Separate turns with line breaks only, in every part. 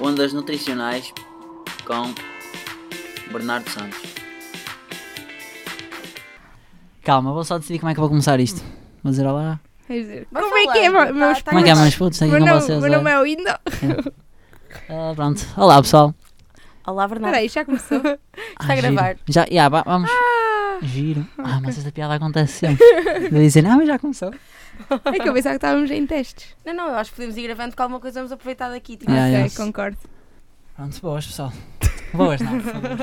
Ondas Nutricionais com Bernardo Santos.
Calma, vou só decidir como é que eu vou começar isto. Vou dizer olá.
Quer dizer,
Vai
como é que é,
falando, tá-
meus
tá
Como é que é,
Ai,
meus putos? Aqui
meu
com
nome,
vocês.
meu
olha.
nome é o Indo.
Ah, pronto. Olá, pessoal.
Olá, Bernardo.
Peraí, já começou.
Está
a gravar.
Já, já, va- vamos. Giro. Ah, mas esta piada acontece sempre. De dizer, ah, mas já começou.
É que eu pensava que estávamos em testes.
Não, não, eu acho que podemos ir gravando porque alguma coisa vamos aproveitar daqui. Tipo,
Ah,
ok,
yeah.
concordo.
Pronto, boas, pessoal. Boas, não, por favor.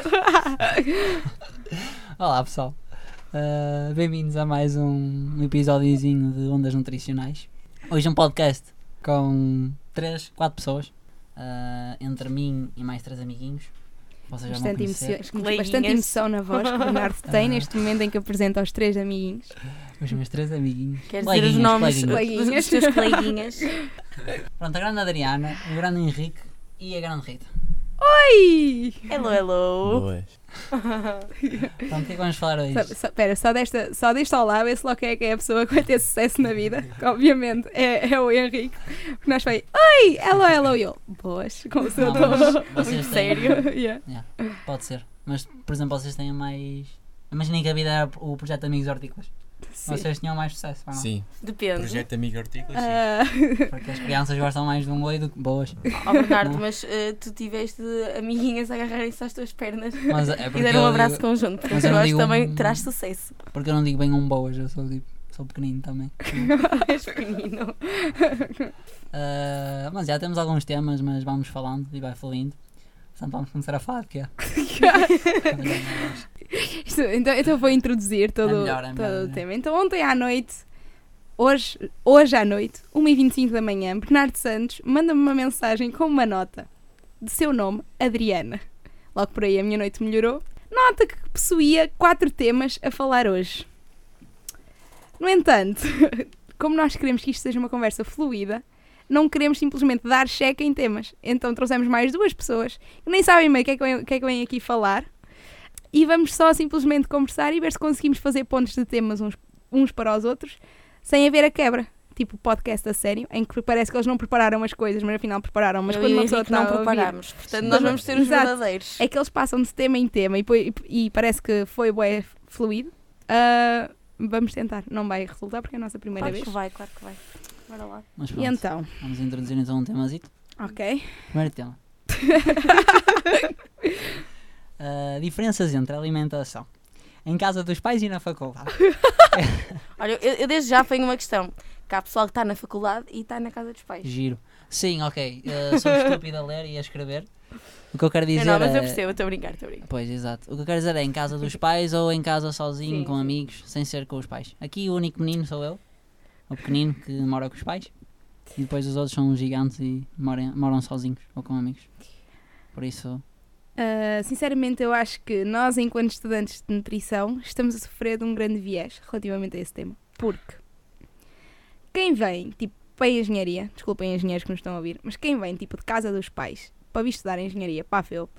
Olá, pessoal. Ah, Bem-vindos a mais um episódiozinho de Ondas Nutricionais. Hoje um podcast com 3, 4 pessoas. ah, entre mim e mais três amiguinhos. Vocês já vão
Bastante,
conhecer.
emoção,
Coleguinhas.
bastante emoção na voz que o Bernardo tem
Ah.
neste momento em que apresenta aos três amiguinhos.
Os meus três amiguinhos.
Queres dizer
Coleguinhas,
os nomes
coleguinhas.
dos- dos teus coleguinhas?
Pronto, a grande Adriana, o grande Henrique e a grande Rita.
Oi!
hello, hello.
Boas.
Pronto, o que é que vamos falar hoje?
Só- só- Espera, só, desta, só deste olá, vê-se logo quem é que é a pessoa que vai ter sucesso na vida. Que, Obviamente, é, é o Henrique. Porque nós foi, oi, hello, hello, e eu, boas, com o seu
Não, mas
tom.
vocês têm-
Yeah.
Pode ser. Mas, por exemplo, vocês têm mais. Imaginem que a vida era o projeto Amigos Hortícolas.
Sim.
Vocês tinham mais sucesso, ou não?
Sim.
Depende.
Projeto Amigo Artigo, sim.
Ah,
Porque é- as crianças gostam mais de um oi do que boas.
Oh, Bernardo,
Não.
mas eh, tu tiveste amiguinhas a agarrarem-se às tuas pernas
Mas é
e
porque,
deram um
eu,
abraço
digo,
conjunto.
mas
Porque
eu
eu
não
acho que
digo
também
um-
terás sucesso.
porque eu não digo bem um boas, eu sou tipo. Sou pequenino também.
És pequenino.
Ah, mas já temos alguns temas, mas vamos falando e vai fluindo. Portanto, vamos começar a falar, que é.
Isto- Então, então vou introduzir todo,
É melhor, é melhor,
todo
é
o
melhor.
tema. Então, ontem à noite, hoje, hoje à noite, 1h25 da manhã, Bernardo Santos manda-me uma mensagem com uma nota de seu nome, Adriana. Logo por aí a minha noite melhorou. Nota que possuía quatro temas a falar hoje. No entanto, como nós queremos que isto seja uma conversa fluida, não queremos simplesmente dar cheque em temas. Então trouxemos mais duas pessoas que nem sabem bem o que é que vem- o que é que vêm aqui falar e vamos só simplesmente conversar e ver se conseguimos fazer pontos de temas uns, uns para os outros sem haver a quebra. Tipo podcast a sério, em que parece que eles não prepararam as coisas, mas afinal prepararam. Mas
eu
quando
e o
uma pessoa
Henrique não
está a ouvir-
preparámos. Portanto, nós
Sim.
vamos ser os
Exato.
verdadeiros.
é que eles passam de tema em tema e, poi- e parece que foi bué fluido. Ah, vamos tentar. Não vai resultar porque é a nossa primeira
Claro que
vez.
vai, claro que vai. Bora lá.
Mas
E
pronto,
então,
vamos introduzir então um temazito.
ok.
Primeiro tema. Ah, diferenças entre alimentação em casa dos pais e na faculdade.
Olha, eu, eu desde já tenho uma questão. Que há pessoal que está na faculdade e está na casa dos pais.
Giro. Sim, ok. ah, sou estúpido a ler e a escrever. O que eu quero dizer
não, mas
é...
eu percebo, estou a brincar, estou a brincar.
Pois, exato. O que eu quero dizer é em casa dos pais ou em casa sozinho,
Sim,
com
sim.
amigos, sem ser com os pais. Aqui o único menino sou eu, o pequenino que mora com os pais. E depois os outros são os gigantes e moram, moram sozinhos ou com amigos. Por isso,
Ah, sinceramente, eu acho que nós, enquanto estudantes de nutrição, estamos a sofrer de um grande viés relativamente a esse tema. Porque quem vem, tipo, para a engenharia, desculpem engenheiros que nos estão a ouvir, mas quem vem, tipo, de casa dos pais para vir estudar engenharia para a FEUP,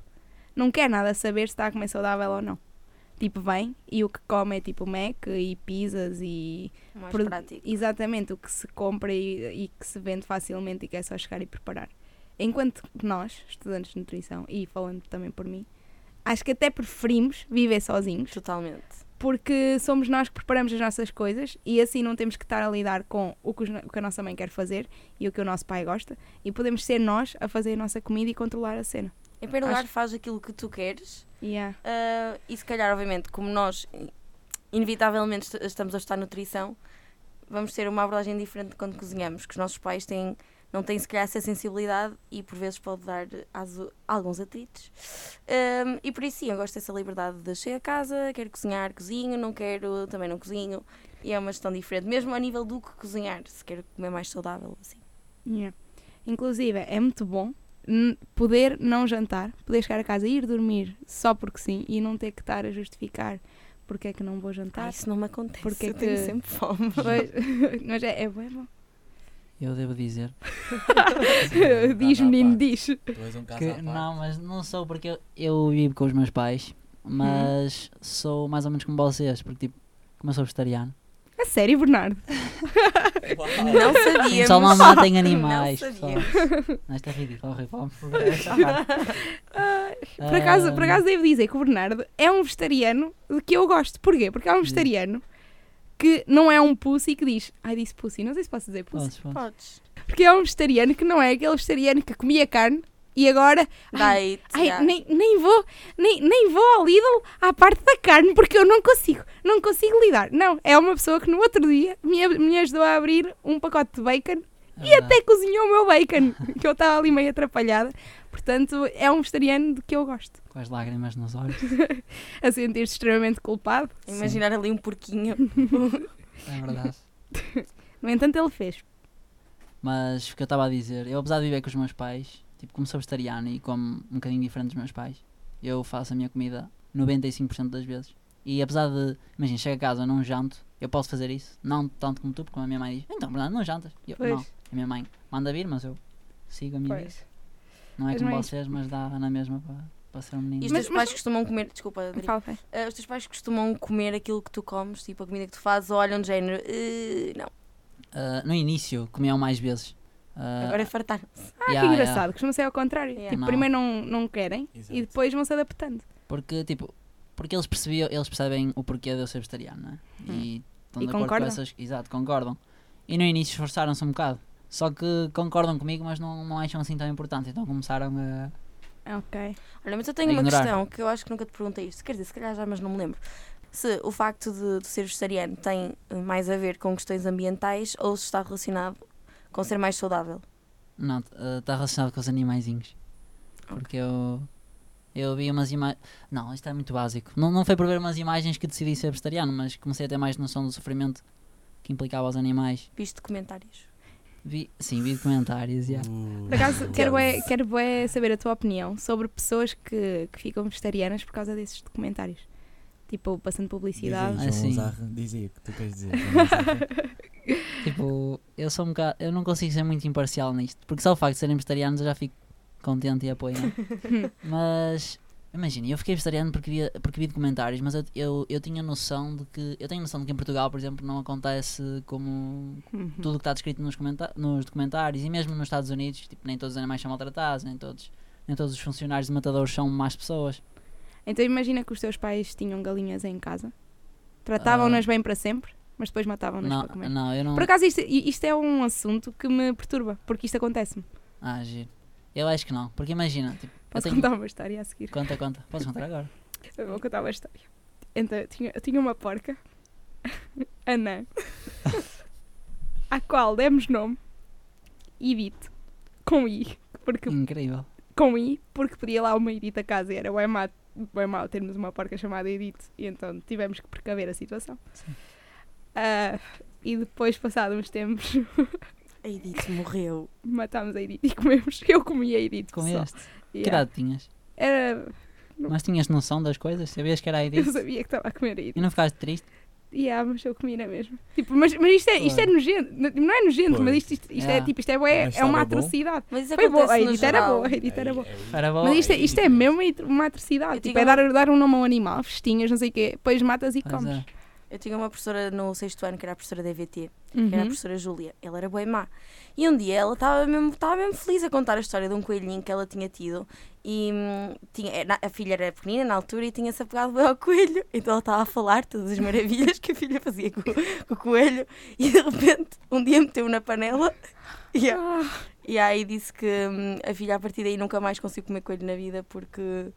não quer nada saber se está a comer saudável ou não. Tipo, vem e o que come é tipo Mac e pizzas e
Mais
Pro-
prático.
Exatamente, o que se compra e, e que se vende facilmente e que é só chegar e preparar. Enquanto que nós, estudantes de nutrição, e falando também por mim, acho que até preferimos viver sozinhos,
Totalmente.
porque somos nós que preparamos as nossas coisas e assim não temos que estar a lidar com o que, os no- o que a nossa mãe quer fazer e o que o nosso pai gosta, e podemos ser nós a fazer a nossa comida e controlar a cena.
Em primeiro lugar, faz aquilo que tu queres
Yeah.
ah, e se calhar, obviamente, como nós inevitavelmente est- estamos a estudar nutrição, vamos ter uma abordagem diferente de quando cozinhamos, que os nossos pais têm, não têm se calhar essa sensibilidade e por vezes pode dar aso- alguns atritos. Ah, e por isso sim, eu gosto dessa liberdade de chegar a casa, quero cozinhar, cozinho, não quero, também não cozinho. E é uma gestão diferente, mesmo a nível do que cozinhar, se quero comer mais saudável, assim.
Yeah. Inclusive, é muito bom n- poder não jantar, poder chegar a casa e ir dormir só porque sim e não ter que estar a justificar porque é que não vou
Ah,
jantar.
isso não me acontece,
Porque
porque eu
que-
tenho sempre fome.
Pois, mas é, é bom, é bom.
eu devo dizer
diz, menino, diz.
Tá, Tu és um caso à
que
parte.
não, mas não sou porque eu, eu vivo com os meus pais,
Uhum.
mas sou mais ou menos como vocês, porque tipo, como eu sou vegetariano,
A sério, Bernardo? É,
Não sabíamos.
Só não matem animais,
Não
pessoal.
sabíamos.
Não, isto é ridículo, horrível. Vamos por
Por acaso, por acaso devo dizer que o Bernardo é um vegetariano de que eu gosto. Porquê? Porque é um vegetariano que não é um pussy que diz. Ai, disse pussy, não sei se posso dizer pussy.
Podes, podes.
Podes.
Porque é um vegetariano que não é aquele vegetariano que comia carne e agora. Ai,
Date.
ai,
já.
nem, nem vou nem, nem vou ao Lidl à parte da carne porque eu não consigo, não consigo lidar. Não, é uma pessoa que no outro dia me, ab- me ajudou a abrir um pacote de bacon
É
e
verdade.
até cozinhou o meu bacon, que eu estava ali meio atrapalhada. Portanto, é um vegetariano de que eu gosto.
Com as lágrimas nos olhos.
A sentir-se extremamente culpado.
Imaginar ali um porquinho.
É verdade.
No entanto, ele fez.
Mas o que eu estava a dizer, eu apesar de viver com os meus pais, tipo, como sou vegetariano e como um bocadinho diferente dos meus pais, eu faço a minha comida 95% das vezes. E apesar de, imagina, chego a casa, eu não janto, eu posso fazer isso, não tanto como tu, porque a minha mãe diz, então, Bernardo, não jantas. E Eu,
Pois.
não, a minha mãe manda vir, mas eu sigo a minha vida.
Pois.
Não é
As
como
mães-
vocês, mas dá na mesma para, para ser um menino.
E os
Mas-
teus pais costumam comer. Desculpa, Adri.
Fala, fala.
Ah, os teus pais costumam comer aquilo que tu comes, tipo a comida que tu fazes, ou olham de género. "Eh, não,
Ah, no início, comiam mais vezes. Ah,
agora é fartar.
Ah,
yeah,
que
yeah.
engraçado. Costuma ser ao contrário.
Yeah.
Tipo,
Não.
primeiro não, não querem
Exato.
e depois vão se adaptando.
Porque, tipo, porque eles, percebiam, eles percebem o porquê de eu ser vegetariano, não é? E estão
Hum. E
de acordo
concordam?
com essas. Exato, concordam. E no início esforçaram-se um bocado. Só que concordam comigo, mas não, não acham assim tão importante. Então começaram a.
Ok.
Olha, mas eu tenho
A
uma
ignorar.
questão que eu acho que nunca te perguntei isto. Quer dizer, se calhar já, mas não me lembro. Se o facto de, de ser vegetariano tem eh, mais a ver com questões ambientais ou se está relacionado com ser mais saudável.
Não, está relacionado com os animaizinhos. Porque eu. Eu vi umas imagens. Não, isto é muito básico. Não, não foi por ver umas imagens que decidi ser vegetariano, mas comecei a ter mais noção do sofrimento que implicava aos animais.
Viste comentários.
Vi, sim, vi documentários. Yeah.
Por acaso, quero, é bué, quero bué saber a tua opinião sobre pessoas que, que ficam vegetarianas por causa desses documentários. Tipo, passando publicidade.
Ah, sim.
Dizia que tu queres dizer. João Zarra.
Tipo, eu sou um bocado. Eu não consigo ser muito imparcial nisto. Porque só o facto de serem vegetarianos eu já fico contente e apoio. né? mas. Imagina, eu fiquei vegetariano porque vi, porque vi documentários, mas eu, eu, eu tinha noção de que. Eu tenho noção de que em Portugal, por exemplo, não acontece como
Uhum.
tudo o que está descrito nos, comenta- nos documentários e mesmo nos Estados Unidos, tipo, nem todos os animais são maltratados, nem todos, nem todos os funcionários de matadores são más pessoas.
Então imagina que os teus pais tinham galinhas em casa. Tratavam-nas bem para sempre, mas depois matavam-nas
Ah. Não,
para comer.
não, eu não.
Por acaso, isto, isto é um assunto que me perturba, porque isto acontece-me.
Ah, giro. Eu acho que não, porque imagina, tipo, eu
Posso
tenho-
contar uma história a seguir?
Conta, conta. Podes contar agora?
Eu vou contar uma história. Então, eu tinha, eu tinha uma porca, Anã, à qual demos nome Edith, com I, porque,
Incrível.
com I, porque podia lá uma Edith a casa e era bem mau, bem mau termos uma porca chamada Edith, e então tivemos que precaver a situação. Ah, e depois, passados uns tempos,
A Edith morreu.
matámos a Edith e comemos. Eu comi a Edith.
Com
pessoal.
este. Que
Yeah.
idade tinhas?
Era,
Mas tinhas noção das coisas? Sabias que era a
eu
Edith?
sabia que estava a comer a Edith.
E não ficaste triste?
Yeah, mas eu comi na mesma. Tipo, mas, mas isto, é, isto é
Claro.
nojento. N- Não é nojento,
Pois.
mas isto, isto, isto é
Yeah.
tipo, isto é, bué-
Mas
é uma
estava bom?
atrocidade.
Mas isso
Foi boa, a
acontece no
Edith era
geral.
boa, a Edith era
Aí,
boa.
aí.
Era bom.
Mas isto, é-
aí,
isto é
tipo,
mesmo uma atrocidade.
Eu
Tipo,
tinha
é
uma-
dar, dar um nome a um animal, festinhas, não sei o quê, depois matas e
Pois
comes.
é.
Eu tinha uma professora no sexto ano que era a professora da EVT, que era a
Uhum.
professora Júlia. Ela era bem má. E um dia ela estava mesmo, estava mesmo feliz a contar a história de um coelhinho que ela tinha tido. E hum, tinha, era- a filha era pequenina na altura e tinha-se apegado bem ao coelho. Então ela estava a falar todas as maravilhas que a filha fazia com, com o coelho. E de repente, um dia meteu na panela. E, a-
Ah,
e aí disse que hum, a filha, a partir daí, nunca mais conseguiu comer coelho na vida porque.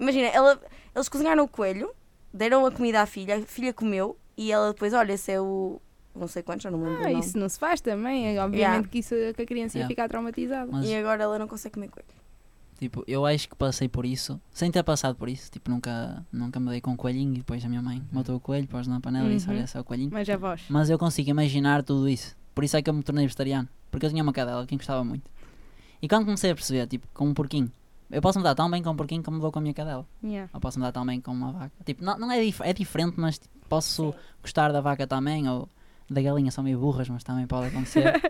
Imagina, ela, eles cozinharam o coelho, deram a comida à filha, a filha comeu e ela depois, olha, esse é o. Não sei quantos, já não me lembro.
ah,
o nome.
isso não se faz também. é Obviamente
Yeah.
que, isso, que a criança ia
Yeah.
ficar traumatizada.
Mas,
E agora ela não consegue comer coelho.
tipo, eu acho que passei por isso, sem ter passado por isso. Tipo, nunca, nunca me dei com um coelhinho. E depois a minha mãe matou o coelho, pôs na panela e disse:
Uhum.
Olha, esse é o coelhinho.
Mas a voz.
Mas eu consigo imaginar tudo isso. Por isso é que eu me tornei vegetariano. Porque eu tinha uma cadela que gostava muito. E quando comecei a perceber, tipo, com um porquinho. Eu posso me dar tão bem com um porquinho como me dou com a minha cadela.
Yeah.
Ou posso me dar tão bem com uma vaca. Tipo, não, não é, dif é diferente, mas tipo, posso gostar da vaca também. Ou da galinha, são meio burras, mas também pode acontecer.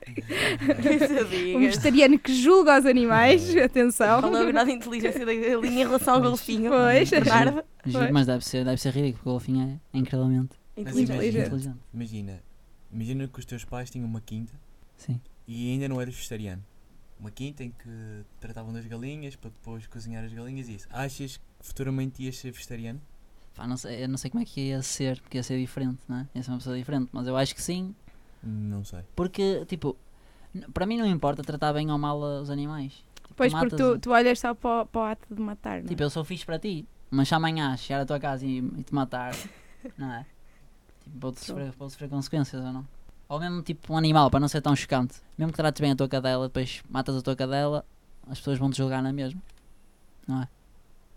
Um vegetariano que julga os animais,
É.
atenção.
Falou a grande inteligência da galinha em relação ao golfinho.
Pois.
Bernardo.
Giro, mas deve ser, deve ser ridículo, porque o golfinho é incrivelmente
Mas
Inteligente.
imagina,
inteligente.
imagina, Imagina que os teus pais tinham uma quinta
Sim.
e ainda não eras vegetariano. Uma quinta em que tratavam das galinhas para depois cozinhar as galinhas e isso. Achas que futuramente ias ser vegetariano?
Pá, não sei, eu não sei como é que ia ser, porque ia ser diferente, não é? Ia ser uma pessoa diferente, mas eu acho que sim,
Não sei.
porque, tipo, n- para mim não importa tratar bem ou mal os animais. Tipo,
Pois porque tu,
matas-
tu olhas só para, o- para o ato de matar, não é?
Tipo, eu sou fixe para ti, mas se amanhã chegar à tua casa e, e te matar, não é? Tipo, vou-te sofrer, vou sofrer consequências ou não? Ou mesmo tipo um animal, para não ser tão chocante. Mesmo que trates bem a tua cadela, depois matas a tua cadela, as pessoas vão te julgar na mesma. Não é?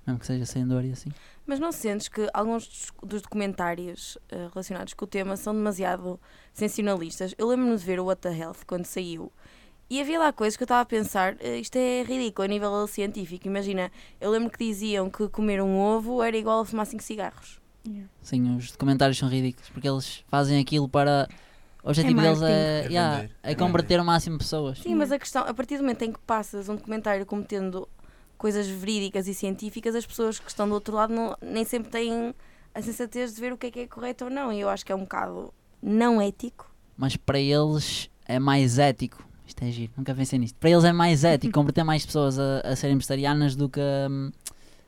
Mesmo que seja sem dor e assim.
Mas não sentes que alguns dos- dos documentários eh, relacionados com o tema são demasiado sensacionalistas? Eu lembro-me de ver o What the Health quando saiu e havia lá coisas que eu estava a pensar, eh, isto é ridículo a nível científico. Imagina, eu lembro que diziam que comer um ovo era igual a fumar cinco cigarros.
Yeah.
Sim, os documentários são ridículos porque eles fazem aquilo para. O objetivo deles é,
marketing. É
yeah,
vender,
é
é
converter
vender.
o máximo de pessoas.
Sim, mas a questão, a partir do momento em que passas um documentário como tendo coisas verídicas e científicas, as pessoas que estão do outro lado não- nem sempre têm a sensatez de ver o que é que é correto ou não. E eu acho que é um bocado não ético.
Mas para eles é mais ético. Isto é giro, nunca pensei nisto. Para eles é mais ético converter mais pessoas a, a serem vegetarianas do que. hum,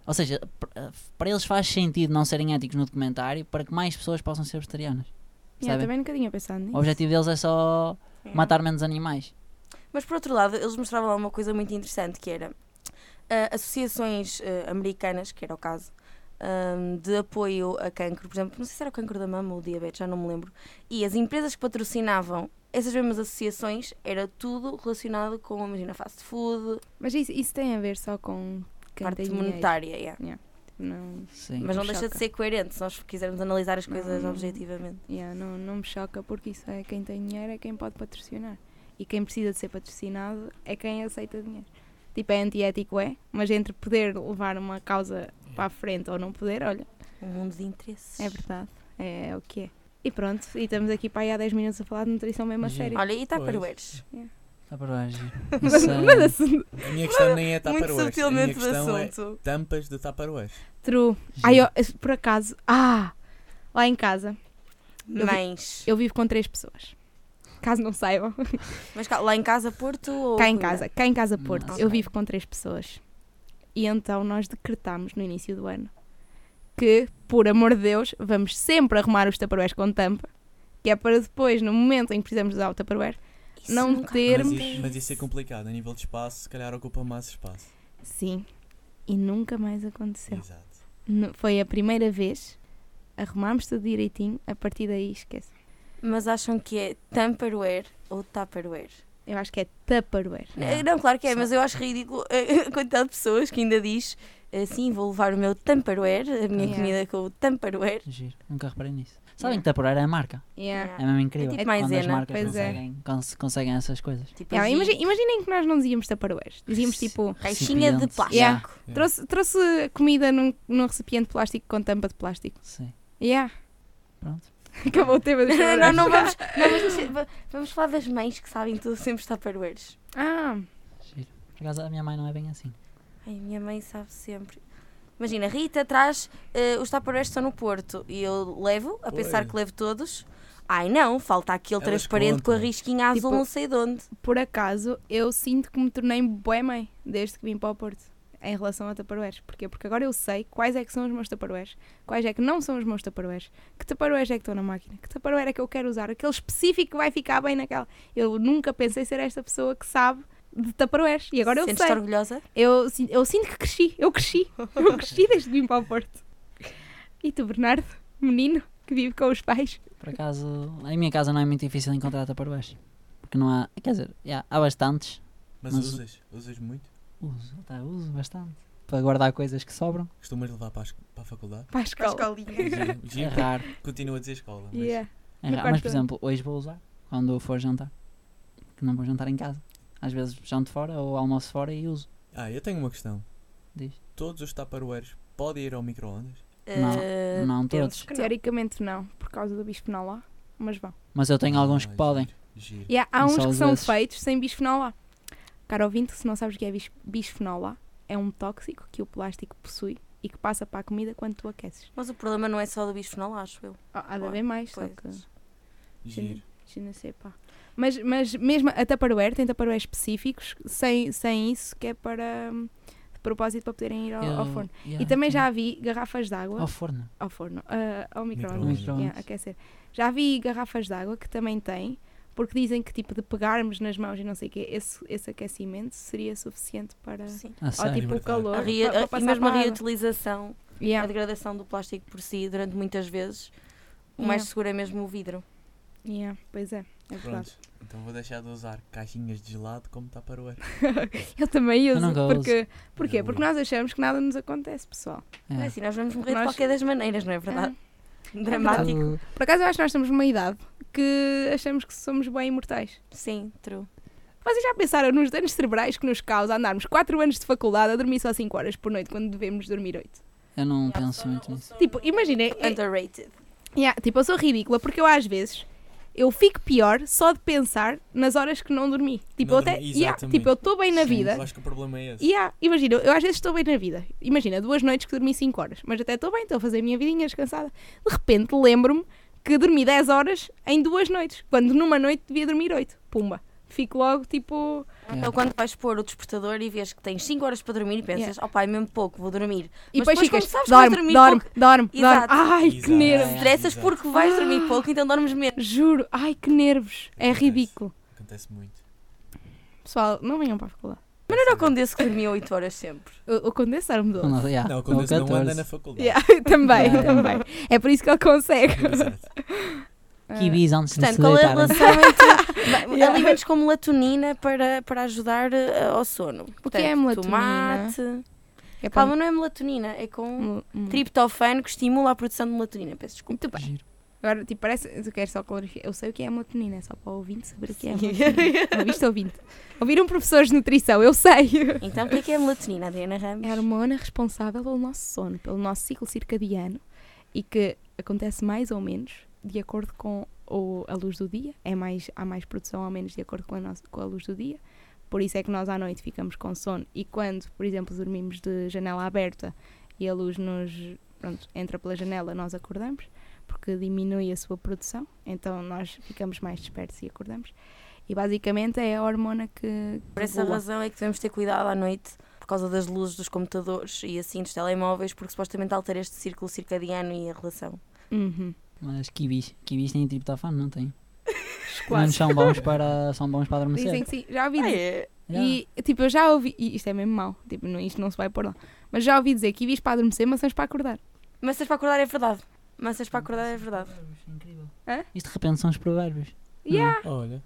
ou seja, pr- eh, para eles faz sentido não serem éticos no documentário para que mais pessoas possam ser vegetarianas.
Yeah,
Percebem?
também nunca tinha pensado
O
nisso.
objetivo deles é só
É.
matar menos animais.
Mas por outro lado, eles mostravam lá uma coisa muito interessante que era ah, associações ah, americanas, que era o caso, ahm, de apoio a cancro, por exemplo, não sei se era o cancro da mama ou o diabetes, já não me lembro. E as empresas que patrocinavam essas mesmas associações era tudo relacionado com, imagina, fast food,
Mas isso, isso tem a ver só com quem
parte
tem dinheiro,
monetária. yeah.
Não,
Sim.
Mas não
me
deixa de
choca.
ser coerente se nós quisermos analisar as coisas
Não.
objetivamente.
yeah, não, não me choca porque isso é quem tem dinheiro é quem pode patrocinar. E quem precisa de ser patrocinado é quem aceita dinheiro. Tipo, é antiético, é, mas entre poder levar uma causa para a frente ou não poder, olha,
Um mundo de interesses.
é verdade, é, o que é. E pronto, e estamos aqui para aí há 10 minutos a falar de nutrição mesmo a
Sim.
sério.
Olha, e está
Pois.
para verdes.
Está para lá, giro.
Mas,
Isso é-
mas assim,
A minha questão nem é
Muito
Tupperwares. A minha
subtilmente do
questão é
assunto.
tampas de Tupperwares.
true. Ai, eu- por acaso, ah, lá em casa, vi-
Mas,
eu vivo com três pessoas. Caso não saibam.
mas cá- lá em casa, Porto ou.
Cá em
Coimbra?
casa, cá em casa Porto.
Nossa.
Eu vivo com três pessoas. E então nós decretámos no início do ano que, por amor de Deus, vamos sempre arrumar os taparoés com tampa, que é para depois, no momento em que precisamos usar o taparoé,
Isso
não
nunca
ter-
Mas
Termos.
isso, mas isso é complicado. A nível de espaço, se calhar ocupa mais espaço.
sim. E nunca mais aconteceu.
Exato.
Nu- Foi a primeira vez, arrumámos tudo direitinho, a partir daí esquece.
Mas acham que é Tupperware ou Tupperware?
Eu acho que é taparoé.
Eh, Não, claro que é, mas eu acho ridículo eh, a quantidade de pessoas que ainda diz eh, sim, vou levar o meu Tupperware, a minha
Yeah.
comida com o Tupperware.
é Giro, nunca reparei nisso. Sabem que Tupperware é a marca?
Yeah.
É mesmo incrível.
tipo
quando as
maisena.
marcas
Pois é.
conseguem, cons- conseguem essas coisas.
Tipo,
Yeah,
assim,
imagi- imaginem que nós não dizíamos taparoés. Dizíamos tipo,
caixinha de
Recipientes.
plástico.
Yeah.
Yeah.
trouxe, trouxe comida num, num recipiente de plástico com tampa de plástico.
Sim,
Yeah.
pronto.
Acabou o tema dos
não, não
taparoeiros.
vamos, não, mas deixa- va- vamos falar das mães que sabem tudo sempre os Tupperwares.
Ah,
Por acaso a minha mãe não é bem assim.
Ai, minha mãe sabe sempre. Imagina, Rita traz eh, os Tupperwares que estão no Porto e eu levo, a pensar
Pois.
que levo todos. Ai não, falta aquele
Elas
transparente com a
contam.
risquinha azul,
Tipo-
não sei de onde.
por acaso eu sinto que me tornei bué mãe desde que vim para o Porto em relação a taparoeiros. Porquê? Porque agora eu sei quais é que são os meus taparoeiros, quais é que não são os meus taparoeiros, que taparoeiros é que estão na máquina, que taparoeiro é que eu quero usar, aquele específico que vai ficar bem naquela. Eu nunca pensei ser esta pessoa que sabe de taparoeiros e agora eu
Sentes-te
sei.
orgulhosa?
Eu, sin- eu sinto que cresci, eu cresci, eu cresci desde que vim para o Porto. E tu, Bernardo, menino que vive com os pais,
Por acaso, em minha casa não é muito difícil encontrar Tupperwares. Porque não há. Quer dizer, já, há bastantes.
Mas
Mas-
usas? Usas muito?
Uso, até Tá, uso bastante. Para guardar coisas que sobram.
Costumas levar para a, es- para a faculdade?
para a escola.
Giro,
É
giro,
raro.
continua a dizer escola. Mas
Yeah.
É
No
raro. Mas,
quarto
por
ano.
exemplo, hoje vou usar quando for jantar. Que não vou jantar em casa. Às vezes janto fora ou almoço fora e uso.
Ah, eu tenho uma questão.
Diz.
Todos os Tupperwares podem ir ao micro-ondas?
Não,
Eh,
não
penso
todos.
que não.
Teoricamente não, por causa do bisfenol A, mas vão.
Mas eu tenho alguns
Ah,
que podem.
giro, Giro.
E há- há
E
uns
só
que
às
são
vezes.
feitos sem bisfenol A. Caro ouvinte, se não sabes o que é bis- bisfenol A, é um tóxico que o plástico possui e que passa para a comida quando tu aqueces.
Mas o problema não é só do bisfenol, acho eu.
Ah, há de
Ué,
haver mais, só
Pois.
que...
Giro.
Sim, não sei, é pá. Mas, mas mesmo a Tupperware, tem Tupperware específicos, sem, sem isso, que é para hum, de propósito para poderem ir ao, ao
Eu-
forno.
yeah,
e também
eu
já vi garrafas de água
tenho- Ao forno.
ao forno, ah, ao microondas,
Microondas.
yeah, aquecer. Já vi garrafas de água que também têm, porque dizem que tipo de pegarmos nas mãos e não sei o quê, esse, esse aquecimento seria suficiente para.
Sim.
Ah,
Ou
sério.
tipo o
Libertar.
calor.
A
Para-
rea-
para
a- e
passar
mesmo a
para água. É.
reutilização, a
Yeah,
degradação do plástico por si, durante muitas vezes, o
Yeah.
mais seguro é mesmo o vidro.
yeah, pois é, é verdade.
Pronto, então vou deixar de usar caixinhas de gelado como está para o ar.
Eu também
Eu
uso,
nunca uso.
porque, porquê?
Eu-
Porque nós achamos que nada nos acontece, pessoal.
É
É.
assim, nós vamos morrer de
Nós-
qualquer das maneiras, não é verdade? Dramático.
Tipo,
Por acaso eu acho que nós temos uma idade que achamos que somos bem imortais.
É.
Sim, true.
Vocês já pensaram nos danos cerebrais que nos causa andarmos 4 anos de faculdade a dormir só 5 horas por noite quando devemos dormir 8?
Eu não penso muito nisso.
Tipo, imaginem, é-
Underrated.
Yeah, tipo, eu sou ridícula porque eu às vezes eu fico pior só de pensar nas horas que não dormi. Tipo,
Não
eu até,
dormi,
yeah,
exatamente.
tipo, eu estou bem
Sim,
na
Eu
vida.
acho que o problema é esse.
Yeah, imagina, eu às vezes estou bem na vida. Imagina, duas noites que dormi 5 horas, mas até estou bem, estou a fazer a minha vidinha descansada. De repente lembro-me que dormi 10 horas em duas noites, quando numa noite devia dormir 8. Pumba. Fico logo tipo.
Yeah.
Então, quando vais pôr o despertador e vês que tens 5 horas para dormir, pensas, oh pai, mesmo pouco, vou dormir.
E
Mas
depois,
depois
ficas.
como sabes que
dorme,
vais dormir
dorme, dorme, dorme.
Exato.
Ai, que
Exato.
nervos.
Estressas
exato.
porque vais dormir pouco, então dormes menos.
Juro, ai, que nervos. É
Acontece.
ridículo.
Acontece muito.
Pessoal, não venham para a faculdade.
Mas não era o Condesse que dormia 8 horas sempre.
O, o condensar mudou.
Ah, Não, yeah,
Não,
com
quando esse não anda
14.
na faculdade.
Yeah, também,
Yeah.
também. É por isso que ele consegue.
Exato.
Kibis antes de se
Portanto, qual é a
deitarem.
relação entre
Yeah.
alimentos com melatonina para, para ajudar eh, ao sono?
O que é
Portanto,
melatonina?
Tomate.
É para
Calma, não é melatonina, é com
um- um-
triptofano que estimula a produção de melatonina. Peço desculpa.
Muito bem.
Giro.
Agora, tipo, parece. Eu quero só clarificar. Eu sei o que é a melatonina, é só para o ouvinte saber o que é a melatonina. Ouviste ouvinte? Ouviram professores de nutrição, eu sei.
Então, para que é melatonina, Adriana
É a
Ramos?
hormona responsável pelo nosso sono, pelo nosso ciclo circadiano e que acontece mais ou menos de acordo com o- a luz do dia. É mais, há mais produção ou menos de acordo com a, nossa- com a luz do dia. Por isso é que nós à noite ficamos com sono e quando, por exemplo, dormimos de janela aberta e a luz nos pronto, entra pela janela, nós acordamos porque diminui a sua produção. Então nós ficamos mais despertos e acordamos. E basicamente é a hormona que.
Por essa
regula.
razão é que devemos ter cuidado à noite por causa das luzes dos computadores e assim dos telemóveis, porque supostamente altera este círculo circadiano e a relação.
Uhum.
Mas kibis, kibis têm triptofano, não têm?
Quase.
Não são bons para, são bons para
Dizem
adormecer.
que sim, já ouvi dizer.
é?
Yeah.
E tipo, eu já ouvi, e isto é mesmo mau, tipo, não, isto não se vai pôr lá, mas já ouvi dizer que ibis para adormecer, maçãs para acordar.
Maçãs para acordar é verdade. Maçãs para acordar é verdade.
Incrível.
Hã?
Isto de repente são os provérbios.
Hum.
Yeah,
Olha,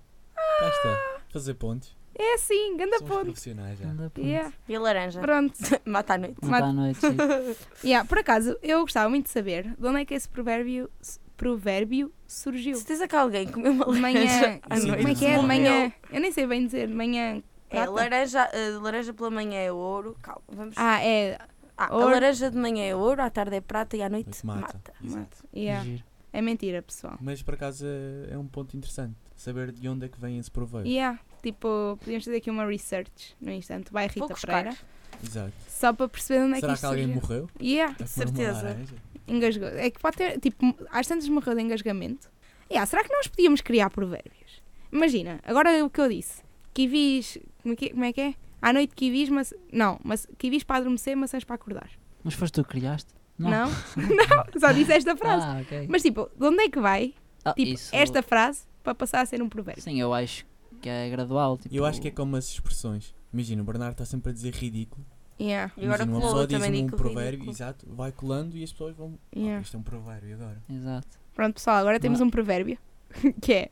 cá está. Fazer pontos.
é assim, ganda
Somos
ponto.
profissionais já.
Anda, pronto.
Yeah,
E a laranja?
pronto.
Mata à noite.
Não está à noite. sim.
Yeah, por acaso, eu gostava muito de saber de onde é que esse provérbio, provérbio surgiu.
Certeza que alguém comeu uma
De
laranja
manhã.
à
Sim,
noite.
Como é que é? De
Morreu.
manhã. Eu nem sei bem dizer, de manhã.
É,
prata?
laranja, eh, laranja pela manhã é ouro. Calma, vamos.
Ah, é.
Ah, a
ouro.
laranja de manhã é ouro, à tarde é prata e à noite
Noite
mata.
mata. Exato.
Yeah.
Giro.
É mentira, pessoal.
Mas por acaso é- é um ponto interessante. Saber de onde é que vem esse proveito.
Yeah. Tipo, podíamos fazer aqui uma research no instante. Vai
Vou
Rita
buscar.
Pereira.
Exato.
Só para perceber de onde é
Será
que isto
que alguém
surgiu.
morreu?
Yeah.
De
certeza.
Tipo-
Engasgou. É que pode ter, tipo, às tantas morreu de engasgamento. Yeah, será que nós podíamos criar provérbios? Imagina, agora é o que eu disse. Kiwis, como é que, como é, que é? À noite kiwis, mas... Não, mas kiwis para adormecer, maçãs para acordar.
Mas foste tu que criaste?
Não? Não, só disse esta frase.
Ah, ok.
Mas tipo, de onde é que vai
Ah,
tipo,
isso-
esta frase para passar a ser um provérbio?
Sim, eu acho que é gradual. Tipo,
Eu acho que é como as expressões. Imagina, o Bernardo está sempre a dizer ridículo.
Yeah,
E agora
Imagina, uma
colou,
pessoa
eu também
diz um
digo
provérbio,
ridículo.
exato, vai colando e as pessoas vão. "Ah,
yeah.
isto é um provérbio e agora.
Exato.
Pronto, pessoal, agora temos
Não.
um provérbio, que é...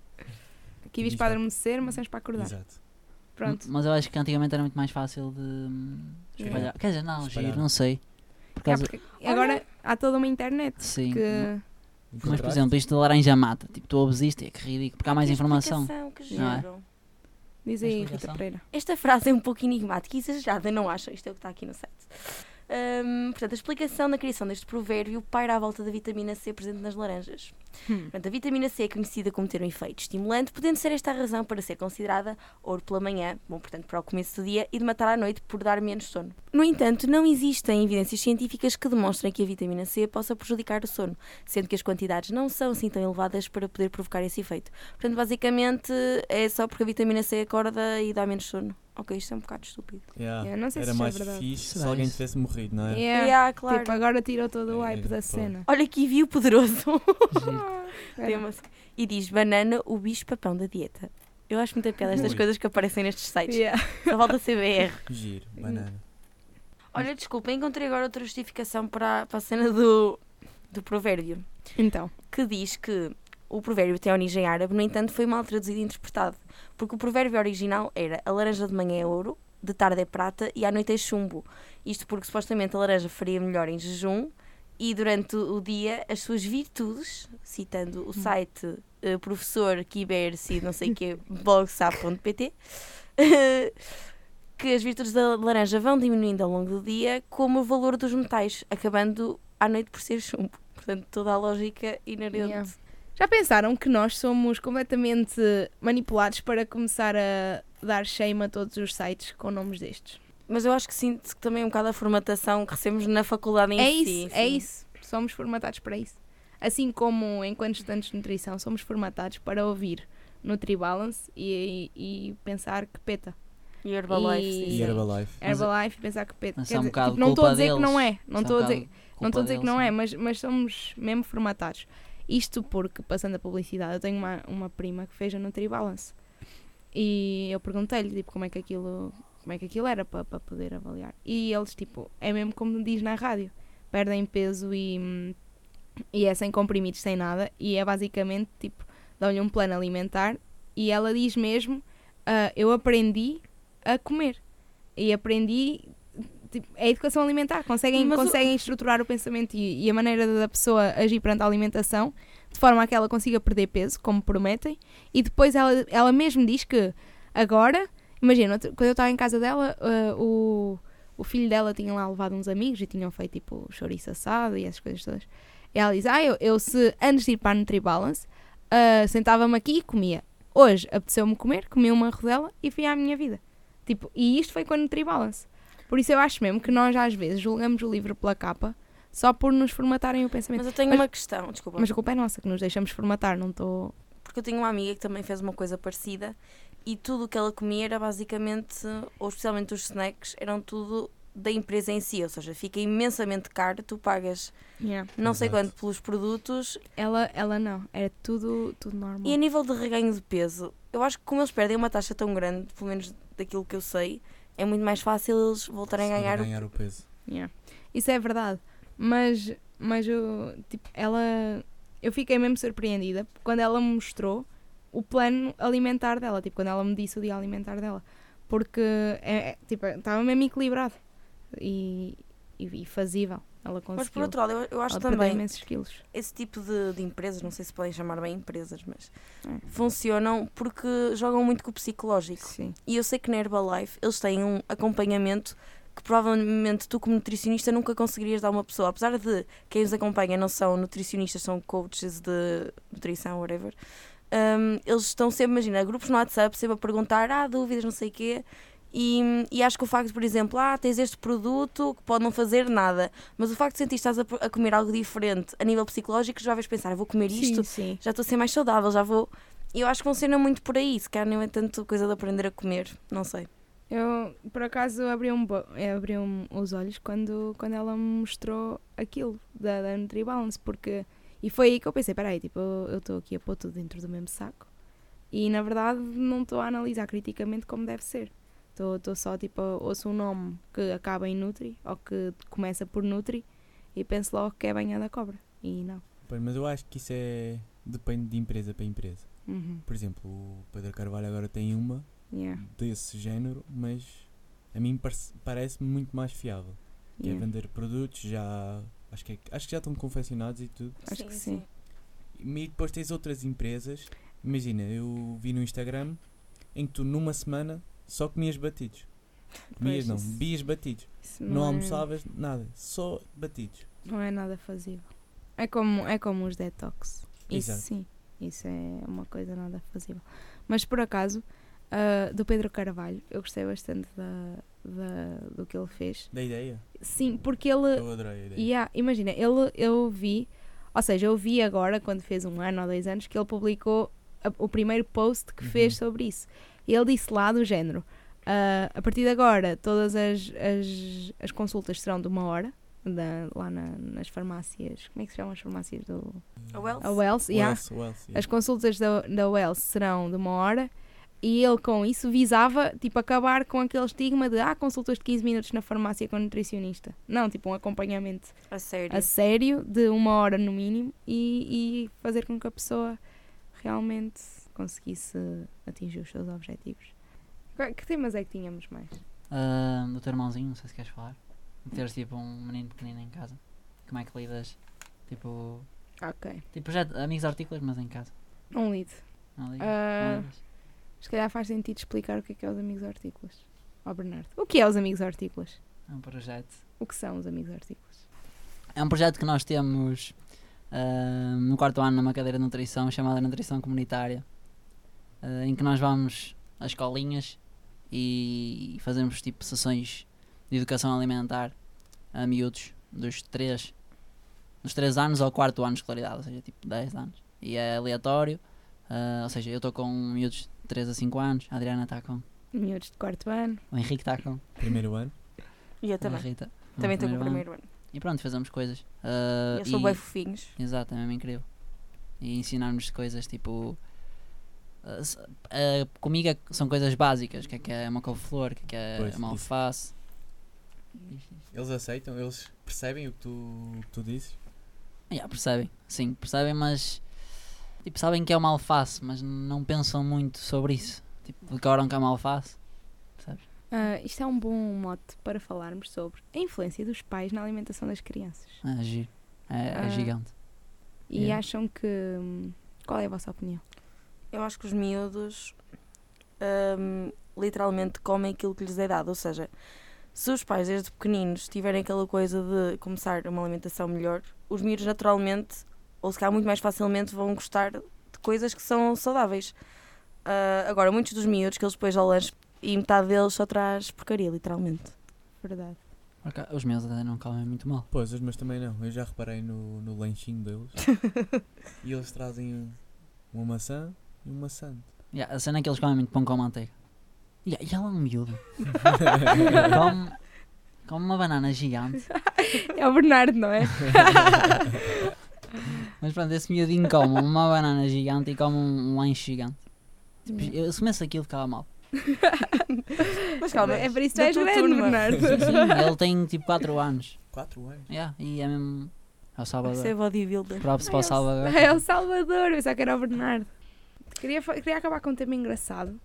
Kiwis
Kiwis
para
para-
adormecer, maçãs para acordar.
Exato.
Pronto.
Mas eu acho que antigamente era muito mais fácil de hum,
Yeah.
espalhar. Quer dizer, não,
Espalhar.
giro, não sei. Por
Yeah,
causa.
porque agora há toda uma internet
Sim.
que...
Mas, por exemplo, isto de laranja mata. Tipo, tu ouves isto, é que ridículo. Porque há mais
Que
informação.
explicação, que
Não é?
giro.
Diz
Tem
aí, Rita
explicação?
Pereira.
Esta frase é um pouco enigmática e exagerada, não acham? Isto é o que está aqui no site. Hum, portanto, a explicação da criação deste provérbio paira à volta da vitamina C presente nas laranjas.
Hum.
Portanto, a vitamina C é conhecida como ter um efeito estimulante, podendo ser esta a razão para ser considerada ouro pela manhã, bom, portanto, para o começo do dia, e de matar à noite por dar menos sono. No entanto, não existem evidências científicas que demonstrem que a vitamina C possa prejudicar o sono, sendo que as quantidades não são assim tão elevadas para poder provocar esse efeito. Portanto, basicamente, é só porque a vitamina C acorda e dá menos sono. Ok, isto é um bocado estúpido.
Yeah.
Eu não sei se
Era
isso é
mais
verdade.
fixe se
Será
alguém
isso?
tivesse morrido, não é?
né?
Yeah.
Yeah, claro.
Tipo, agora tirou todo o hype
É,
da
pô.
cena.
Olha que vi o poderoso.
Giro.
Ah,
Era.
Tema-se. E diz banana, o bicho papão da dieta. Eu acho muito piada estas
Ui.
coisas que aparecem nestes sites.
Yeah.
Só falta CBR.
Giro, banana.
Olha, desculpa, encontrei agora outra justificação para, a- para a cena do, do provérbio,
Então,
que diz que o provérbio tem origem árabe, no entanto, foi mal traduzido e interpretado, porque o provérbio original era a laranja de manhã é ouro, de tarde é prata e à noite é chumbo. Isto porque supostamente a laranja faria melhor em jejum e durante o dia as suas virtudes, citando o site eh, professor Kiber, se não sei o que, blogsap.pt, que as virtudes da laranja vão diminuindo ao longo do dia, como o valor dos metais, acabando à noite por ser chumbo. Portanto, toda a lógica inerente.
Yeah. já pensaram que nós somos completamente manipulados para começar a dar shame a todos os sites com nomes destes?
Mas eu acho que sinto que também um bocado a formatação que recebemos na faculdade em
é
si.
isso, é
sim.
isso. Somos formatados para isso. Assim como enquanto estudantes de nutrição, somos formatados para ouvir Nutribalance e, e, e pensar que peta.
E Herbalife,
E-
sim.
E
Sim.
Herbalife.
Mas é-
Herbalife e pensar que peta.
Mas
Quer
é um
dizer,
bocado
tipo, não estou a
culpa
dizer que
deles.
não
um
é. Não estou a dizer, não estou a dizer que não é,
mas.
mas, mas somos mesmo formatados. Isto porque, passando a publicidade, eu tenho uma, uma prima que fez a Nutribalance. E eu perguntei-lhe tipo, como é que aquilo como é que aquilo era para, para poder avaliar. E eles, tipo, é mesmo como diz na rádio: perdem peso e, hum, e é sem comprimidos, sem nada. E é basicamente tipo, dão-lhe um plano alimentar. E ela diz mesmo: ah, Eu aprendi a comer. E aprendi. Tipo, é educação alimentar, conseguem,
Mas o-
conseguem estruturar o pensamento e, e a maneira da pessoa agir perante a alimentação de forma a que ela consiga perder peso, como prometem, e depois ela, ela mesmo diz que agora, imagina, outro- quando eu estava em casa dela, ah, o, o filho dela tinha lá levado uns amigos e tinham feito tipo chouriço assado e essas coisas todas. E ela diz: Ah, eu, eu se antes de ir para a NutriBalance, ah, sentava-me aqui e comia. Hoje apeteceu-me comer, comi uma rodela e fui à minha vida. Tipo, e isto foi com a NutriBalance. Por isso eu acho mesmo que nós às vezes julgamos o livro pela capa só por nos formatarem o pensamento.
Mas é eu tenho
Mas-
uma questão, desculpa.
Mas a culpa é nossa que nos deixamos formatar, não estou.
Porque eu tenho uma amiga que também fez uma coisa parecida e tudo o que ela comia era basicamente, ou especialmente os snacks, eram tudo da empresa em si, ou seja, fica imensamente caro, tu pagas não sei
Exato.
quanto pelos produtos
Ela, ela não, era tudo, tudo normal.
e a nível de reganho de peso, eu acho que como eles perdem uma taxa tão grande, pelo menos daquilo que eu sei, é muito mais fácil eles voltarem a
Sim,
ganhar. o-
ganhar o peso.
Yeah. Isso é verdade. Mas, mas eu, tipo, ela. Eu fiquei mesmo surpreendida quando ela me mostrou o plano alimentar dela, tipo, quando ela me disse o dia alimentar dela. Porque, é, é, tipo, estava mesmo equilibrado e, e, e fazível. Ela
um
conseguiu.
Mas por outro lado, eu, eu acho
ela perdeu
também
imensos quilos.
esse tipo de, de empresas, não sei se podem chamar bem empresas, mas
É.
funcionam porque jogam muito com o psicológico.
Sim.
E eu sei que na Herbalife eles têm um acompanhamento que provavelmente tu, como nutricionista, nunca conseguirias dar a uma pessoa. Apesar de quem os acompanha não são nutricionistas, são coaches de nutrição, whatever. hum, eles estão sempre, imagina, grupos no WhatsApp, sempre a perguntar, ah, dúvidas, não sei o quê. E, e acho que o facto, por exemplo, ah, tens este produto que pode não fazer nada, mas o facto de sentir que estás a, a comer algo diferente a nível psicológico, já vais pensar, vou comer isto,
Sim, sim.
já estou a ser mais saudável, já vou. Eu acho que funciona muito por aí, se calhar não é tanto coisa de aprender a comer, não sei.
Eu, por acaso, abri, um, bo- eh, abri um, os olhos quando, quando ela me mostrou aquilo da, da NutriBalance, porque... E foi aí que eu pensei, peraí, tipo, eu eu estou aqui a pôr tudo dentro do mesmo saco e, na verdade, não estou a analisar criticamente como deve ser. Estou estou só, tipo, ouço um nome que acaba em Nutri ou que começa por Nutri e penso logo que é banha da cobra. E não.
Pois, mas eu acho que isso é. Depende de empresa para empresa.
Uhum.
Por exemplo, o Pedro Carvalho agora tem uma
Yeah.
desse género, mas a mim parece- parece-me muito mais fiável. Que é
yeah.
vender produtos já. Acho que, é- acho que já estão confeccionados e tudo.
Acho que sim.
E depois tens outras empresas. Imagina, eu vi no Instagram em que tu numa semana só comias batidos.
Pois,
Bias não,
isso-
bias batidos.
Isso
Não
é-
almoçavas nada, só batidos.
Não é nada fazível. É como, é como os detox. Isso
Exato.
sim, isso é uma coisa nada fazível. Mas por acaso, ah, do Pedro Carvalho, eu gostei bastante da, da- do que ele fez.
Da ideia?
Sim, porque ele.
Eu adorei a ideia.
Yeah, imagina, ele eu vi, ou seja, eu vi agora, quando fez um ano ou dois anos, que ele publicou a- o primeiro post que fez
Uhum.
sobre isso. E ele disse lá do género: ah, a partir de agora, todas as, as, as consultas serão de uma hora. da- lá na- nas farmácias, como é que se chamam as farmácias do
A Wells?
a Wells? yeah.
Wells, Wells, yeah.
As consultas da, da Wells serão de uma hora e ele com isso visava tipo acabar com aquele estigma de ah, consultas de 15 minutos na farmácia com nutricionista. Não, tipo um acompanhamento
A sério.
a sério de uma hora no mínimo e, e fazer com que a pessoa realmente conseguisse atingir os seus objetivos. Agora, Que temas é que tínhamos mais?
Ah, do teu irmãozinho, não sei se queres falar. Teres tipo um menino pequenino em casa. Como é que lidas? Tipo.
Ok.
Tipo, já amigos artículos, mas em casa.
Um lead.
Não ligas?
Ah,
Não ligas?
se calhar faz sentido explicar o que é que é os amigos artículos. Ó Bernardo. O que é os amigos artículos?
É um projeto.
O que são os amigos artículos?
É um projeto que nós temos ah, no quarto ano numa cadeira de nutrição chamada Nutrição Comunitária, ah, em que nós vamos às escolinhas e fazemos tipo sessões de educação alimentar a miúdos dos 3 dos três anos ao quarto ano de escolaridade, ou seja, tipo 10 anos. E é aleatório, ah, ou seja, eu estou com miúdos de 3 a 5 anos, a Adriana está com,
Miúdos de quarto ano.
o Henrique está com,
Primeiro ano.
E eu
a
também.
Rita. no
Também estou com o
Ah, ano.
primeiro ano.
E pronto, fazemos coisas. ah,
Eu sou
e-
bem fofinhos.
Exato, é mesmo incrível. E ensinar-nos coisas tipo. ah, s- ah, comigo é que são coisas básicas: o que é que é uma couve-flor, o que é que é
Pois,
uma
isso.
alface.
Eles aceitam, eles percebem o que tu, o que tu dizes.
Yeah, ah, percebem, sim, percebem, mas. Tipo, sabem que é uma alface, mas não pensam muito sobre isso. Tipo, decoram que é uma alface.
Ah, isto é um bom mote para falarmos sobre a influência dos pais na alimentação das crianças.
É giro. É, é
Ah.
gigante.
E
Yeah.
acham que. hum, Qual é a vossa opinião?
Eu acho que os miúdos hum, literalmente comem aquilo que lhes é dado. Ou seja, se os pais desde pequeninos tiverem aquela coisa de começar uma alimentação melhor, os miúdos naturalmente, ou se calhar muito mais facilmente, vão gostar de coisas que são saudáveis. Ah, agora, muitos dos miúdos que eles depois ao lanche e metade deles só traz porcaria, literalmente.
Verdade.
Por acaso, os meus até não comem muito mal.
Pois, mas também não. Eu já reparei no, no lanchinho deles. e eles trazem um- uma maçã e um maçã.
Yeah, a cena é que eles comem muito pão com manteiga. Yeah, e ela é um miúdo. come, come uma banana gigante.
É o Bernardo, não é?
Mas pronto, esse miudinho come um, uma banana gigante e come um, um lanche gigante. Tipo, eu, se comesse aquilo ficava mal.
Mas calma,
Calma,
é
é por isso que tu
da
és
tua
grande,
turma.
Bernardo.
Sim, sim, ele tem tipo 4 anos.
Quatro anos.
Yeah, e é mesmo. É o Salvador.
ser bodybuilder.
Props para o
Ah, é
Salvador.
É o Salvador, eu só que era o Bernardo. Queria, fa- queria acabar com um tema engraçado.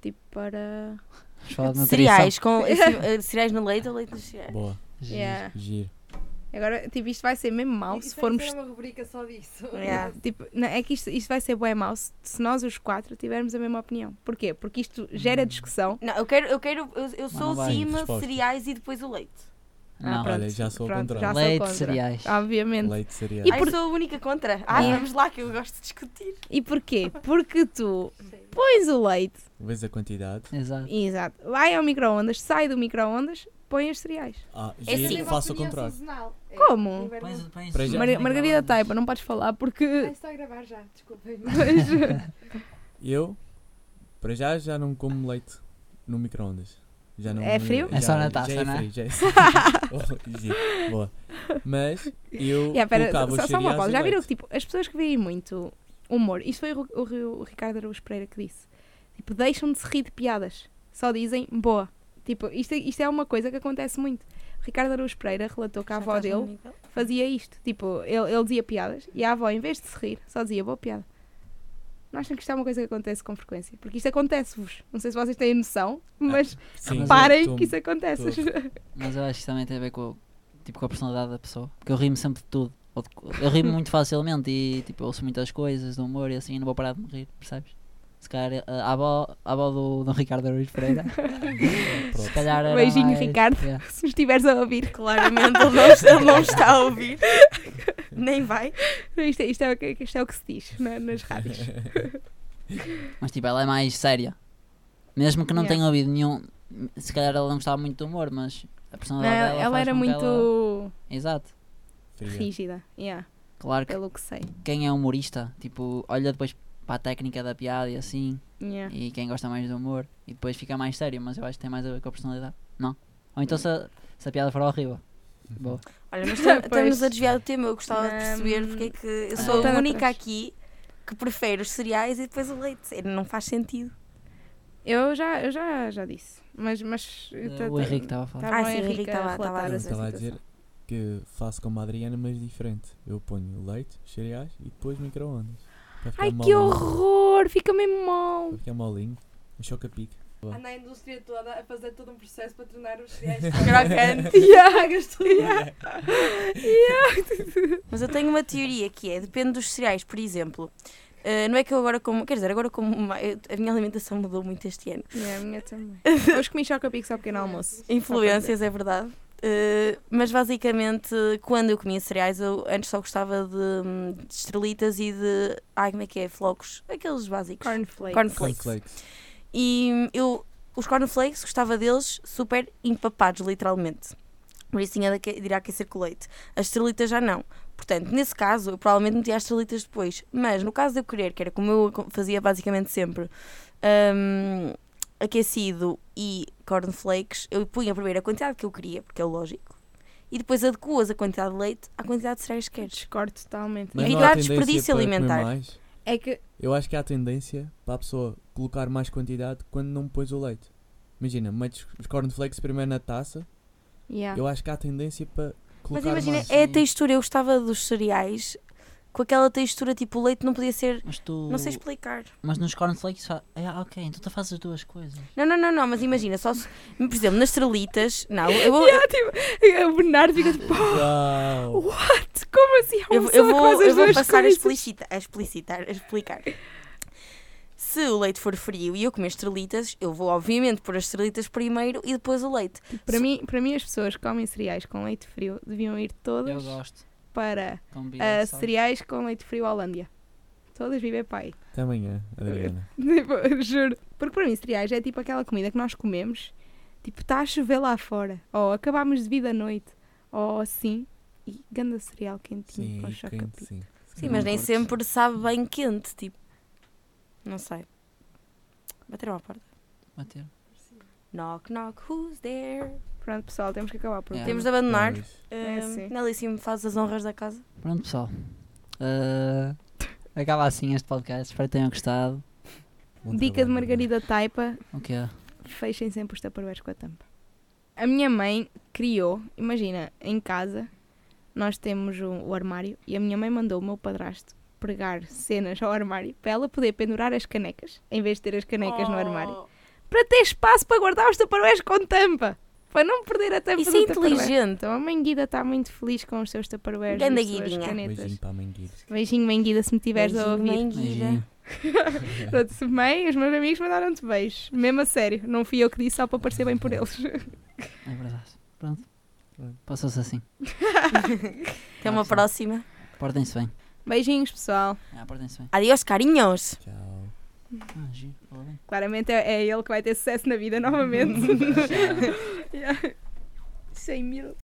Tipo para.
Vamos falar de nutrição.
Cereais, com, eh, cereais no leite ou leite nos cereais?
Boa,
Giro.
Yeah.
giro.
Agora, tipo, isto vai ser é mesmo mau se formos
uma rubrica só disso.
Yeah.
Tipo, não, é que isto, isto vai ser bué mau se, se nós os quatro tivermos a mesma opinião. Porquê? Porque isto
Hum.
gera discussão.
Não, eu quero, eu quero, eu, eu sou
Mas não vai.
sim
Resposta.
cereais e depois o leite.
Não,
pronto. Olha, já sou ao contrário.
Ah, já sou
leite,
contra.
cereais.
Obviamente.
Leite cereal.
E
Ai,
por-
Ah,
é?
sou a única contra. Ai,
Ah.
vamos lá que eu gosto de discutir.
E porquê? Porque tu pões o leite,
Vês a quantidade.
Exato.
exato, vai ao micro-ondas, sai do micro-ondas, põe os cereais.
Ah,
É
giro,
assim.
faço o contrário.
É,
Como?
Pões- pões-
Para já.
Mar- Margarida Taipa, não podes falar
Ah,
porque.
estou a gravar já, desculpem.
Eu, para já, já não como leite no micro-ondas. Já não-
É frio?
já-
É só na
já
taça,
é
não é?
frio, já é Oh, giro, Boa. Mas eu
Yeah, é, pera,
colocava os
só, só uma
cereais
pausa.
e
Já viram
leite.
que tipo, as pessoas que veem muito humor, isto foi o, Ru- o Ru- o Ricardo Araújo Pereira que disse. Tipo, deixam de se rir de piadas, só dizem boa. Tipo, isto, é- isto é uma coisa que acontece muito. Ricardo Araújo Pereira relatou que a avó dele fazia isto. Tipo, ele, ele dizia piadas e a avó, em vez de se rir, só dizia boa piada. Não acham que isto é uma coisa que acontece com frequência? Porque isto acontece-vos. Não sei se vocês têm noção,
É,
mas
Sim,
mas
parem
tu-
que isso acontece.
Mas eu acho que isso também tem a ver com, tipo, com a personalidade da pessoa. Porque eu rimo sempre de tudo. Ou de co- Eu rimo muito facilmente e tipo, eu ouço muitas coisas do humor e assim, não vou parar de me rir, percebes? Se calhar eh, a avó, a avó do Dom Ricardo Araújo Pereira.
Pronto.
Se calhar era
Beijinho,
mais-
Ricardo.
Yeah.
Se estiveres a ouvir.
Claramente ele não, está, ele não está a ouvir. Nem vai.
Isto é, isto é, o que- isto é o que se diz na- nas rádios.
Mas tipo, ela é mais séria. Mesmo que não
Yeah.
tenha ouvido nenhum. Se calhar ela não gostava muito do humor, mas a
Não,
personalidade dela.
ela
faz
era
com que ela-
muito
Exato.
Fria.
rígida. Yeah,
Claro que
pelo que sei.
quem é humorista, tipo, olha depois para a técnica da piada e assim.
Yeah.
E quem gosta mais do humor. E depois fica mais sério, mas eu acho que tem mais a ver com a personalidade. Não? Ou então se a, se a piada for horrível. Boa.
Olha, mas tam-
Pois. tá,
estamos a desviar do tema. Eu gostava de
Hum,
perceber porque é que eu
ah,
sou a
voltando
única
atrás.
aqui que prefere os cereais e depois o leite. É, Não faz sentido.
Eu já, eu já, já disse. Mas. mas tá-
Eh, o
tá-
Henrique estava a falar.
Estava
Ah,
o
sim, o
Henrique
Henrique
a
estava-
relatar
estava a
Eu
essa
estava a dizer
situação.
que faço como a Adriana, mas diferente. Eu ponho leite, cereais e depois micro-ondas. Para ficar
Ai que
molinho.
horror! Fica mesmo mal.
Para ficar molinho. Um choca-pique.
Anda na indústria toda a fazer todo um processo para tornar os cereais
Crocante.
Yeah, yeah.
Mas eu tenho uma teoria que é, depende dos cereais, por exemplo. ah, não é que eu agora como, quer dizer, agora como, ma- eu- a minha alimentação mudou muito este ano.
Yeah, a minha também. Hoje comi choca-pico só ao pequeno almoço.
Influências, é verdade. Uh, mas basicamente, quando eu comia cereais, eu antes só gostava de, hum, de estrelitas e de. Ai, como é que é? Flocos. Aqueles básicos.
Cornflakes.
Cornflakes.
Cornflakes.
E hum, eu, os cornflakes, gostava deles super empapados, literalmente. Por isso tinha de aque- de ir aquecer com leite. As estrelitas já não. Portanto, nesse caso, eu provavelmente metia as estrelitas depois. Mas no caso de eu querer, que era como eu co- fazia basicamente sempre, hum, aquecido e cornflakes, eu punha primeiro a quantidade que eu queria, porque é lógico, e depois adequas a quantidade de leite à quantidade de cereais que queres.
Discordo totalmente.
Mas
Evitar
não há tendência
desperdício
para comer
alimentar.
mais?
É que
Eu acho que há tendência para a pessoa colocar mais quantidade quando não pões o leite. Imagina, metes os cornflakes primeiro na taça.
Yeah.
Eu acho que há tendência para
Mas
colocar
imagina,
mais.
é a textura. Eu gostava dos cereais com aquela textura, tipo, o leite não podia ser.
Mas tu.
Não sei explicar.
Mas nos cornflakes. fa- Ah, ok, então tu fazes as duas coisas.
Não, não, não, não, mas imagina, só se, por exemplo, nas estrelitas, não, Ah, eu vou,
Yeah, tipo, o Bernardo fica tipo,
Uau!
"What? Como assim?
eu,
Uma
vou-
pessoa
eu
que
vou,
faz as
eu vou
duas
passar a,
coisas?"
explicita, a explicitar, a explicar. Se o leite for frio e eu comer estrelitas, eu vou obviamente pôr as estrelitas primeiro e depois o leite.
Para mim, para mim, as pessoas que comem cereais com leite frio deviam ir
Eu
todas
gosto. Então
para
Eh,
Combina,
ah,
sabe?
cereais com leite frio à Holândia. Todas vivem pai.
Até amanhã, Adriana.
Tipo, Juro. Porque para mim, cereais é tipo aquela comida que nós comemos, tipo, está a chover lá fora, ou acabámos de vida à noite, ou assim, e ganda cereal quentinho
Sim,
com
quente,
chocapic.
sim.
Sim, mas nem
Cortes.
sempre sabe bem quente, tipo. Não sei. Bateram à porta.
Bater.
Knock, knock, who's there?
Pronto, pessoal, temos que acabar por
Yeah.
Temos de abandonar.
Pois.
É
Hum,
assim.
Nelíssimo, faz as honras da casa.
Pronto, pessoal. Ah, acaba assim este podcast. Espero que tenham gostado.
Bom
Dica de
trabalho, né? Adriana.
Margarida Taipa,
O que é?
fechem sempre os taparueiros com a tampa. A minha mãe criou, imagina, em casa nós temos o, o armário e a minha mãe mandou o meu padrasto pregar cenas ao armário para ela poder pendurar as canecas, em vez de ter as canecas
Oh.
no armário, para ter espaço para guardar os taparueiros com tampa, para não perder a tampa
Isso
do
é
tupperware.
inteligente.
Então a Manguida está muito feliz com os seus taparueiros e
Ganda
as suas
Guidinha.
canetas.
Beijinho para a Mangueira.
Beijinho, Manguida, se me tiveres a ouvir.
Beijinho, Manguida.
Beijinho.
Pronto, se bem, os meus amigos mandaram-te beijos. Mesmo a sério, não fui eu que disse só para parecer bem por eles.
É verdade. Pronto.
Pronto.
Passou-se assim.
Até uma próxima.
Portem-se bem.
Beijinhos, pessoal.
Ah, portem-se bem.
Adeus, carinhos.
Tchau.
Ah, giro. Fala bem.
Claramente é, é ele que vai ter sucesso na vida novamente. yeah. 100 mil.